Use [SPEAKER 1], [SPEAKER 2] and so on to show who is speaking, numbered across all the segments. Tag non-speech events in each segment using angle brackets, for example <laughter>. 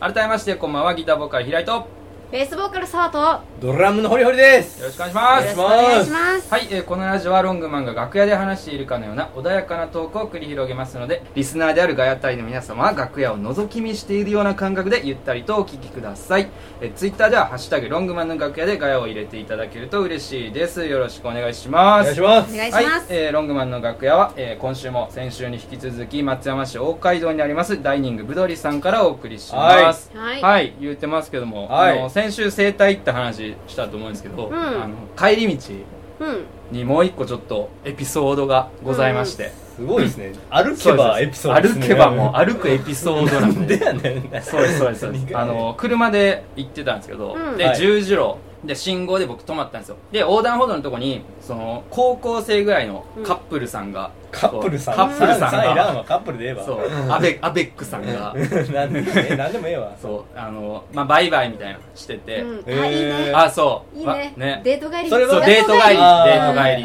[SPEAKER 1] 改めましてこんばんはギターボーカル平井とよ
[SPEAKER 2] ベースボーカル澤とよ
[SPEAKER 3] ドラムのホリホリです
[SPEAKER 1] ろしくお願いします
[SPEAKER 2] ろしくお願いします
[SPEAKER 1] はい、えーこのラジオはロングマンが楽屋で話しているかのような穏やかなトークを繰り広げますのでリスナーであるガヤ隊の皆様は楽屋を覗き見しているような感覚でゆったりとお聞きください、えー、ツイッターでは「ハッシュタグロングマンの楽屋」でガヤを入れていただけると嬉しいですよろしくお願いし
[SPEAKER 3] お
[SPEAKER 1] ます
[SPEAKER 3] 願いしま
[SPEAKER 2] お
[SPEAKER 3] す
[SPEAKER 2] 願いし
[SPEAKER 1] はい
[SPEAKER 2] ます、
[SPEAKER 1] えーロングマンの楽屋は、えー今週も先週に引き続き松山市大街道にありますダイニングぶどりさんからお送りします
[SPEAKER 2] はい
[SPEAKER 1] 言ってますけども、
[SPEAKER 3] はい
[SPEAKER 1] あの先週整体行った話したと思うんですけど、
[SPEAKER 2] うん
[SPEAKER 1] あの帰り道
[SPEAKER 2] うん
[SPEAKER 1] にもう一個ちょっとエピソードがございまして、
[SPEAKER 3] すごいですね歩
[SPEAKER 1] そ
[SPEAKER 3] け
[SPEAKER 1] う
[SPEAKER 3] ばエ
[SPEAKER 1] で
[SPEAKER 3] ピ
[SPEAKER 1] す
[SPEAKER 3] ソードです
[SPEAKER 1] 歩
[SPEAKER 3] ね
[SPEAKER 1] けばもう歩くエピソードな
[SPEAKER 3] なんん
[SPEAKER 1] で
[SPEAKER 3] でやねん
[SPEAKER 1] そうですそうですそうです
[SPEAKER 3] 何が
[SPEAKER 1] あの車で行ってたんですけど、
[SPEAKER 2] うん
[SPEAKER 1] で、
[SPEAKER 3] はい
[SPEAKER 1] 十字路で信号で僕止まったんですよで横断歩道のとこにその高校生ぐらいのカップルさんが、
[SPEAKER 3] カップルさん
[SPEAKER 1] カップルさん
[SPEAKER 3] サイラン
[SPEAKER 1] が
[SPEAKER 3] はカップルで言えば
[SPEAKER 1] そうアベアベックさんが
[SPEAKER 3] なんでもええなんでもええわ
[SPEAKER 1] そうあの、まあ、バイバイみたいなのしてて、
[SPEAKER 2] うん
[SPEAKER 3] えー
[SPEAKER 2] あいいね
[SPEAKER 1] あそう
[SPEAKER 2] いい
[SPEAKER 1] わ
[SPEAKER 2] ね
[SPEAKER 1] ね
[SPEAKER 2] デート帰り
[SPEAKER 3] それは
[SPEAKER 1] そうデート帰りデ
[SPEAKER 3] あ
[SPEAKER 1] ート
[SPEAKER 3] ー
[SPEAKER 1] 帰り
[SPEAKER 3] はいはいはい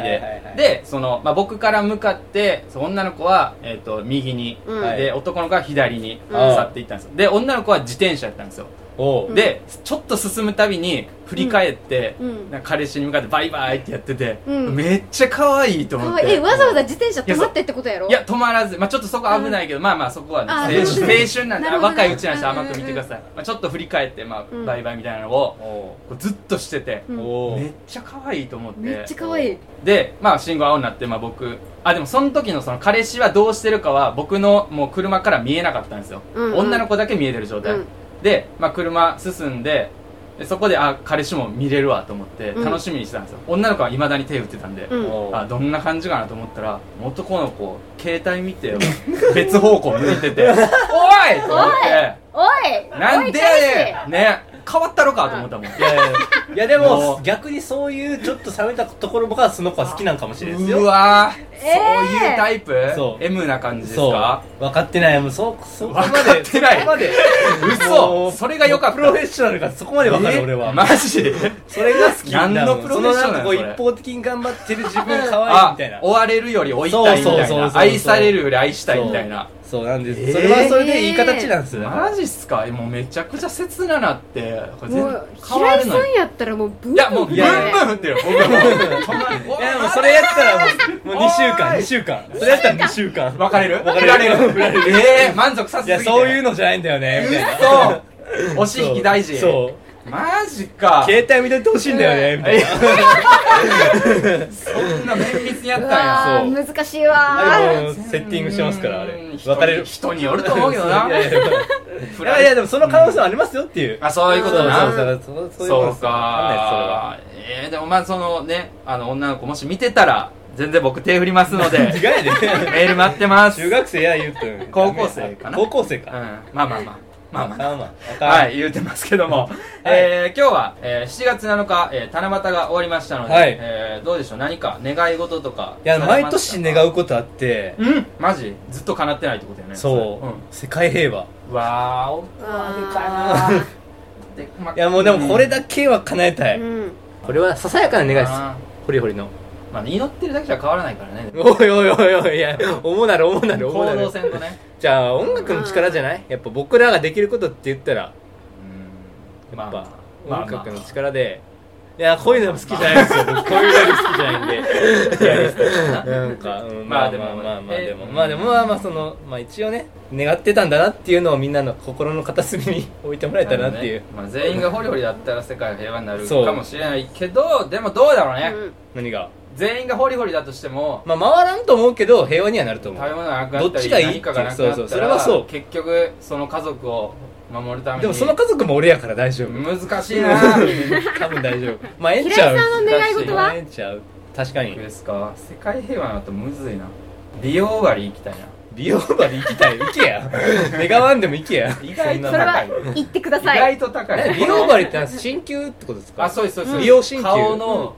[SPEAKER 1] で
[SPEAKER 3] はい
[SPEAKER 1] でその、まあ、僕から向かってそう女の子は、えー、と右に、
[SPEAKER 2] うん
[SPEAKER 1] で男の子は左に
[SPEAKER 2] うん
[SPEAKER 1] 去っていったんですよで女の子は自転車やったんですよ
[SPEAKER 3] おう
[SPEAKER 1] でちょっと進むたびに振り返って、
[SPEAKER 2] うん
[SPEAKER 1] なんか彼氏に向かってバイバイってやってて、
[SPEAKER 2] うん
[SPEAKER 1] めっちゃ可愛いと
[SPEAKER 2] か
[SPEAKER 1] 思っ
[SPEAKER 2] わい
[SPEAKER 1] て
[SPEAKER 2] いえわざわざ自転車止まってってことやろ
[SPEAKER 1] いや止まらず、まあ、ちょっとそこ危ないけど、まあまあそこは、ね、
[SPEAKER 2] あ
[SPEAKER 1] 青
[SPEAKER 2] ー
[SPEAKER 1] 春
[SPEAKER 2] そう
[SPEAKER 1] 青春なんで
[SPEAKER 2] なるほどね
[SPEAKER 1] 若いうちなんで甘く見てください、まあ、ちょっと振り返って、まあ
[SPEAKER 2] うん
[SPEAKER 1] バイバイみたいなのを
[SPEAKER 3] お
[SPEAKER 1] こうずっとしてて、
[SPEAKER 2] うん
[SPEAKER 3] お
[SPEAKER 1] めっちゃ可愛いと思って
[SPEAKER 2] めっちゃ可愛い
[SPEAKER 1] で、まあ、信号青になって、まあ、僕あでもその時のその彼氏はどうしてるかは僕のもう車から見えなかったんですよ、
[SPEAKER 2] うんうん
[SPEAKER 1] 女の子だけ見えてる状態、
[SPEAKER 2] うん
[SPEAKER 1] で、まあ、車進んででそこであ彼氏も見れるわと思って
[SPEAKER 2] うん
[SPEAKER 1] 楽しみにしてたんですよ、女の子はいまだに手振ってたんで、
[SPEAKER 2] うん
[SPEAKER 3] お
[SPEAKER 1] あどんな感じかなと思ったら男の子携帯見て <laughs> 別方向向い
[SPEAKER 2] <laughs>
[SPEAKER 1] てて「おい!」と思って
[SPEAKER 2] お
[SPEAKER 1] 「
[SPEAKER 2] い
[SPEAKER 1] なんでやねん!」ね変わったろかと思ったもん、
[SPEAKER 3] いやいやいやいやで
[SPEAKER 1] も
[SPEAKER 3] も
[SPEAKER 1] う
[SPEAKER 3] 逆にそういうちょっと冷めたところ僕はその子は好きなんかもしれないです
[SPEAKER 1] う
[SPEAKER 3] よ
[SPEAKER 1] わー、
[SPEAKER 2] えー
[SPEAKER 1] そういうタイプ
[SPEAKER 3] そう
[SPEAKER 1] M な感じです
[SPEAKER 3] そう
[SPEAKER 1] か
[SPEAKER 3] 分かってないもうそそこま
[SPEAKER 1] 分か
[SPEAKER 3] で
[SPEAKER 1] ってない
[SPEAKER 3] そこまでも
[SPEAKER 1] 嘘
[SPEAKER 3] う
[SPEAKER 1] それが良かった
[SPEAKER 3] プロフェッショナルがそこまで分かる
[SPEAKER 1] え
[SPEAKER 3] 俺は
[SPEAKER 1] マジで
[SPEAKER 3] それが好きなんだもん
[SPEAKER 1] 何のプロフェッショナルそ
[SPEAKER 3] そのなん
[SPEAKER 1] れ
[SPEAKER 3] かこう一方的に頑張ってる自分可愛い
[SPEAKER 1] あ
[SPEAKER 3] みたいな
[SPEAKER 1] 追われるより追いたいみた
[SPEAKER 3] そうそう
[SPEAKER 1] い
[SPEAKER 3] そうそう
[SPEAKER 1] な愛されるより愛したいみたいな
[SPEAKER 3] そうなんです、
[SPEAKER 1] えー
[SPEAKER 3] それはそれでいい形なんですよ、
[SPEAKER 1] マジっすかもうめちゃくちゃ切ななってこれ全
[SPEAKER 2] も
[SPEAKER 1] 然
[SPEAKER 2] う
[SPEAKER 1] 変わ
[SPEAKER 2] 平
[SPEAKER 1] る
[SPEAKER 2] 井
[SPEAKER 1] の
[SPEAKER 2] さん
[SPEAKER 1] に
[SPEAKER 2] やったらもうブン
[SPEAKER 1] いやもうブ
[SPEAKER 2] ブ
[SPEAKER 1] ンブン
[SPEAKER 2] ン
[SPEAKER 3] や <laughs> い
[SPEAKER 1] 振ってるよ僕はもう
[SPEAKER 3] <laughs> いやでもそれやったらもうもう2週間
[SPEAKER 1] おい
[SPEAKER 3] 2週間それやったら2週間
[SPEAKER 1] 別れる
[SPEAKER 3] 別
[SPEAKER 1] 振られ
[SPEAKER 3] れ
[SPEAKER 1] る
[SPEAKER 3] る
[SPEAKER 1] 振られるええ満足させ
[SPEAKER 3] い
[SPEAKER 1] すぎ
[SPEAKER 3] や
[SPEAKER 1] て
[SPEAKER 3] そういうのじゃないんだよねみたいな
[SPEAKER 1] そう押し引き大事
[SPEAKER 3] そう
[SPEAKER 1] マジか
[SPEAKER 3] 携帯見といてほしいんだよねみたいな
[SPEAKER 1] そんな綿密にやったんや
[SPEAKER 2] あ
[SPEAKER 3] そう
[SPEAKER 2] 難しいわ
[SPEAKER 3] あれもセッティングしてますからあれ
[SPEAKER 1] うん
[SPEAKER 3] 別れる
[SPEAKER 1] 人によると思うけどない
[SPEAKER 3] やい
[SPEAKER 1] <laughs>
[SPEAKER 3] やいや
[SPEAKER 1] 振
[SPEAKER 3] い
[SPEAKER 1] ら
[SPEAKER 3] や
[SPEAKER 1] れ
[SPEAKER 3] いやでもその可能性はありますよっていう
[SPEAKER 1] あそういうこと
[SPEAKER 3] そう
[SPEAKER 1] な
[SPEAKER 3] そうそうそう
[SPEAKER 1] そう
[SPEAKER 3] わ
[SPEAKER 1] かえーでもまあそのねあの女の子もし見てたら全然僕手振りますの
[SPEAKER 3] かんない
[SPEAKER 1] で
[SPEAKER 3] それは <laughs> 違うやで
[SPEAKER 1] メール待ってます
[SPEAKER 3] 中学生や言うと
[SPEAKER 1] 高校生かな
[SPEAKER 3] 高校生
[SPEAKER 1] うん
[SPEAKER 3] か
[SPEAKER 1] まあまあまあまあまあ
[SPEAKER 3] まあまああかん
[SPEAKER 1] はい、言うてますけ
[SPEAKER 3] <laughs>
[SPEAKER 1] ども、えー今日は、えー7月7日、えー七夕が終わりましたので、
[SPEAKER 3] はい
[SPEAKER 1] えーどうでしょう何か願い事とか
[SPEAKER 3] いや毎年願
[SPEAKER 1] う
[SPEAKER 3] うことあって
[SPEAKER 1] うんマジずっと叶ってないってことよね
[SPEAKER 3] そう、世界平和
[SPEAKER 1] れうん、わーお
[SPEAKER 2] あー
[SPEAKER 1] でま
[SPEAKER 3] いやもうでもこれだけは叶えたい、
[SPEAKER 2] うん
[SPEAKER 3] これはささやかな願いです
[SPEAKER 1] あ
[SPEAKER 3] ホリホリの
[SPEAKER 1] ーまあ祈ってるだけじゃ変わらないからね
[SPEAKER 3] おいおいおいおいいや思うなる思うなる思
[SPEAKER 1] 行
[SPEAKER 3] うな
[SPEAKER 1] 動
[SPEAKER 3] る
[SPEAKER 1] 線とね
[SPEAKER 3] じゃあ音楽の力じゃないやっぱ僕らができることって言ったら
[SPEAKER 1] うん
[SPEAKER 3] やっぱ
[SPEAKER 1] まあまあ
[SPEAKER 3] 音楽の力でいやこういうのも好きじゃないんですよ僕こういうのも
[SPEAKER 1] <laughs>
[SPEAKER 3] 好きじゃないん <laughs> で
[SPEAKER 1] リアリストだな
[SPEAKER 3] なんか、うん
[SPEAKER 1] ま
[SPEAKER 3] ま
[SPEAKER 1] あ
[SPEAKER 3] あ
[SPEAKER 1] で
[SPEAKER 3] で
[SPEAKER 1] も
[SPEAKER 3] もまあまあ
[SPEAKER 1] えー
[SPEAKER 3] でもまあでもまあまあそのまあ一応ね願ってたんだなっていうのをみんなの心の片隅に置いてもらえたらなっていう
[SPEAKER 1] なるほどねまあ、全員がホリホリだったら世界は平和になる
[SPEAKER 3] そう
[SPEAKER 1] かもしれないけどでもどうだろうね、
[SPEAKER 2] うん
[SPEAKER 3] 何が
[SPEAKER 1] 全員がホリホリだとしても
[SPEAKER 3] まあ回らんと思うけど平和にはなると思
[SPEAKER 1] 食べ
[SPEAKER 3] う
[SPEAKER 1] 物がなくなった
[SPEAKER 3] ど
[SPEAKER 1] り
[SPEAKER 3] っちがいい
[SPEAKER 1] 何かがなくなったら
[SPEAKER 3] そうそうそれはそう
[SPEAKER 1] 結局その家族を守るために
[SPEAKER 3] でもその家族も俺やから大丈夫
[SPEAKER 1] 難しいな
[SPEAKER 3] <laughs> 多分大丈夫まあええん
[SPEAKER 2] 平井
[SPEAKER 3] ちゃ
[SPEAKER 2] さん
[SPEAKER 3] う
[SPEAKER 2] の願い事
[SPEAKER 1] は
[SPEAKER 2] は
[SPEAKER 3] ええんちゃう確かに
[SPEAKER 1] ですか世界平和だとむずいな美容終わり行きたいな
[SPEAKER 3] 美容まで行きたい行け
[SPEAKER 1] <laughs>
[SPEAKER 3] や願わんでも行けや
[SPEAKER 1] 意外
[SPEAKER 3] そん
[SPEAKER 1] と
[SPEAKER 3] な
[SPEAKER 2] それは
[SPEAKER 1] 高い
[SPEAKER 2] 言ってくだ
[SPEAKER 1] 意
[SPEAKER 2] さい
[SPEAKER 1] 外と高い
[SPEAKER 3] え美容針ってなんす鍼灸ってことですか
[SPEAKER 1] あそうですそうです、
[SPEAKER 3] 美容鍼灸
[SPEAKER 1] 顔の、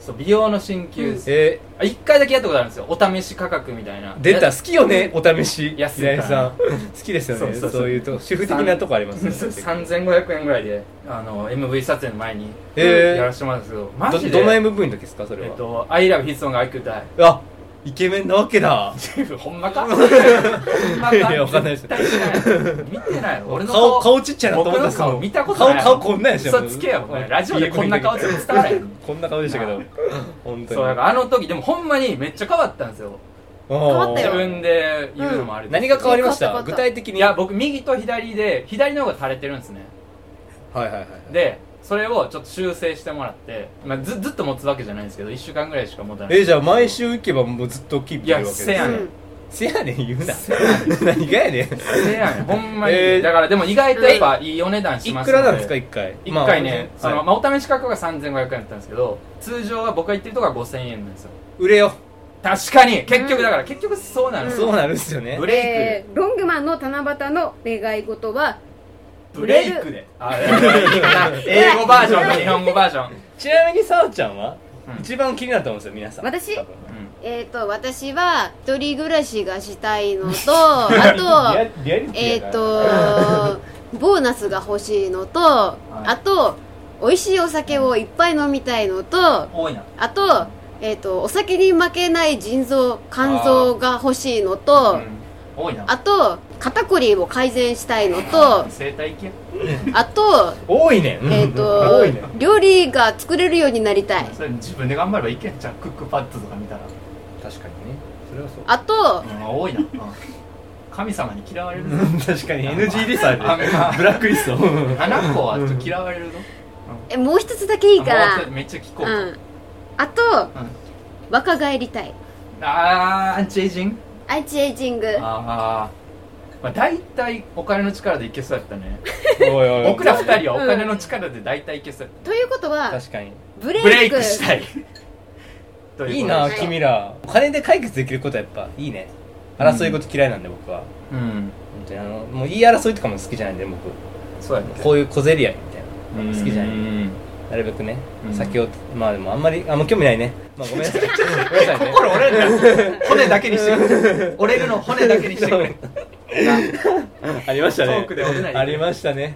[SPEAKER 1] そう美容の鍼灸です、
[SPEAKER 3] え
[SPEAKER 1] あ一回だけやったことあるんですよお試し価格みたいな
[SPEAKER 3] ー出
[SPEAKER 1] や
[SPEAKER 3] た好きよねお試し
[SPEAKER 1] 安い
[SPEAKER 3] 平井さん好きですよね
[SPEAKER 1] そう
[SPEAKER 3] そう
[SPEAKER 1] そうそう
[SPEAKER 3] いうと主婦的なとこありますよ <laughs> ね
[SPEAKER 1] 3500円ぐらいであの MV 撮影の前に
[SPEAKER 3] えー
[SPEAKER 1] やらせてもらったんですけど、マジ
[SPEAKER 3] ど
[SPEAKER 1] で
[SPEAKER 3] どの MV の時ですかそれ
[SPEAKER 1] え
[SPEAKER 3] は、
[SPEAKER 1] っと、アイラブヒッソンが愛くたい
[SPEAKER 3] あイケメンなわけだ
[SPEAKER 1] <laughs> ほんま
[SPEAKER 3] <laughs>
[SPEAKER 1] かほんまか
[SPEAKER 3] いやわかんないで
[SPEAKER 1] 絶
[SPEAKER 3] す
[SPEAKER 1] 対知らない見てない俺の
[SPEAKER 3] 顔
[SPEAKER 1] 顔
[SPEAKER 3] 顔ちっちゃいなと思ったんです
[SPEAKER 1] 僕の
[SPEAKER 3] よ
[SPEAKER 1] 顔見たことない
[SPEAKER 3] 顔顔こんなんやし
[SPEAKER 1] 嘘つけよお前ラジオでこんな顔って伝わらへん
[SPEAKER 3] こんな顔でした
[SPEAKER 1] <laughs>
[SPEAKER 3] けど本当に
[SPEAKER 1] そうだからあの時でもほんまにめっちゃ変わったんですよ
[SPEAKER 2] わった
[SPEAKER 1] 自
[SPEAKER 2] よ
[SPEAKER 1] 分で言うのもあれですけ
[SPEAKER 3] 何
[SPEAKER 1] ど
[SPEAKER 3] が変わりまし
[SPEAKER 2] 変わ
[SPEAKER 3] た
[SPEAKER 2] った
[SPEAKER 3] 具
[SPEAKER 2] 変わった
[SPEAKER 3] 体的
[SPEAKER 1] い
[SPEAKER 3] に
[SPEAKER 1] や僕右と左で左の方が垂れてるんですね
[SPEAKER 3] はいはいはい
[SPEAKER 1] でそれをちょっと修正してもらって、まあ、ずずっと持つわけじゃないんですけど1週間ぐらいしか持たない
[SPEAKER 3] えじゃあ毎週行けばもうずっとキープ
[SPEAKER 1] い
[SPEAKER 3] でき
[SPEAKER 1] や
[SPEAKER 3] るわけ
[SPEAKER 1] せ
[SPEAKER 3] で
[SPEAKER 1] や
[SPEAKER 2] う
[SPEAKER 1] ねん
[SPEAKER 2] ん
[SPEAKER 3] すせやねん言うな <laughs> 何がやねん
[SPEAKER 1] せやねんほんまに、
[SPEAKER 3] えー
[SPEAKER 1] だからでも意外とやっぱいいお値段し
[SPEAKER 3] い
[SPEAKER 1] ます
[SPEAKER 3] くらなんですか一回
[SPEAKER 1] 1回ね、
[SPEAKER 3] まあ
[SPEAKER 1] その
[SPEAKER 3] はい
[SPEAKER 1] まあ、お試し価格が3500円だったんですけど通常は僕が言ってるとこは5000円なんですよ
[SPEAKER 3] 売れよ
[SPEAKER 1] 確かに結局だから、結局そうなの、
[SPEAKER 3] そうなるっすよね
[SPEAKER 1] ブレイ
[SPEAKER 2] えーロングマンの七夕の願い事は
[SPEAKER 1] ク、ブレイクであ
[SPEAKER 3] <laughs>
[SPEAKER 1] いやいいな英語バージョンと日本語バージョン、
[SPEAKER 3] ちなみにさおちゃんは
[SPEAKER 1] うん
[SPEAKER 3] 一番気になると思うんですよ皆さん
[SPEAKER 2] 私
[SPEAKER 3] 多分
[SPEAKER 2] えー、と私は一人暮らしがしたいのとあと
[SPEAKER 3] リアリテ
[SPEAKER 2] えっ、
[SPEAKER 3] ィやから
[SPEAKER 2] とボーナスが欲しいのと、あと美味しいお酒をいっぱい飲みたいのと
[SPEAKER 1] 多いな
[SPEAKER 2] あと,、えー、とお酒に負けない腎臓肝臓が欲しいのとあ,、
[SPEAKER 1] うん多いな
[SPEAKER 2] と肩こりを改善したいのと
[SPEAKER 1] 生態系
[SPEAKER 2] あと,、
[SPEAKER 3] 多いねん
[SPEAKER 2] えーと
[SPEAKER 3] <laughs> 多いねん
[SPEAKER 2] 料理が作れるようになりたい
[SPEAKER 1] それ自分で頑張ればいけんじゃんクックパッドとか見たら、
[SPEAKER 3] 確かにねそれはそう
[SPEAKER 2] あと
[SPEAKER 1] うん、多い
[SPEAKER 2] <laughs>
[SPEAKER 1] な、うん神様に嫌われるぞ
[SPEAKER 3] <laughs> 確かに NG リストある
[SPEAKER 1] あまあ
[SPEAKER 3] ねブラックリスト
[SPEAKER 1] 7個はちょっと嫌われるぞ
[SPEAKER 2] えもう一つだけいいか
[SPEAKER 1] もう
[SPEAKER 2] ら
[SPEAKER 1] ちょっとめっちゃ聞こう、
[SPEAKER 2] うんあと
[SPEAKER 1] うん
[SPEAKER 2] 若返りたい
[SPEAKER 1] あーアンチエイジング
[SPEAKER 2] アンチエイジング
[SPEAKER 1] あー、まあ大体お金の力でいけそうやったね
[SPEAKER 3] おいおいおい
[SPEAKER 1] 僕ら2人はお金の力で大体いけそうやっ
[SPEAKER 2] ということは
[SPEAKER 3] 確かに
[SPEAKER 1] た
[SPEAKER 2] ブレイク
[SPEAKER 1] ブレイクしたい <laughs> とうことで
[SPEAKER 3] いいな
[SPEAKER 2] はい
[SPEAKER 3] 君らお金で解決できることはやっぱいいね争い事嫌いなんで僕は
[SPEAKER 1] うん
[SPEAKER 3] 本当にあのもう言い争いとかも好きじゃないんで僕
[SPEAKER 1] そうやね
[SPEAKER 3] こういう小競り合いみたいなのが好きじゃない
[SPEAKER 1] い
[SPEAKER 3] なるべくね
[SPEAKER 1] うん
[SPEAKER 3] 先をまあでもあんまりあんま興味ないねまあごめんなさいごめん
[SPEAKER 1] <laughs>
[SPEAKER 3] なさいね
[SPEAKER 1] 心折れるな骨だけにしてく
[SPEAKER 2] <laughs>
[SPEAKER 1] れ折れるの骨だけにしてくれ
[SPEAKER 3] <laughs> ありましたね
[SPEAKER 1] トークで折れないで
[SPEAKER 3] ありましたね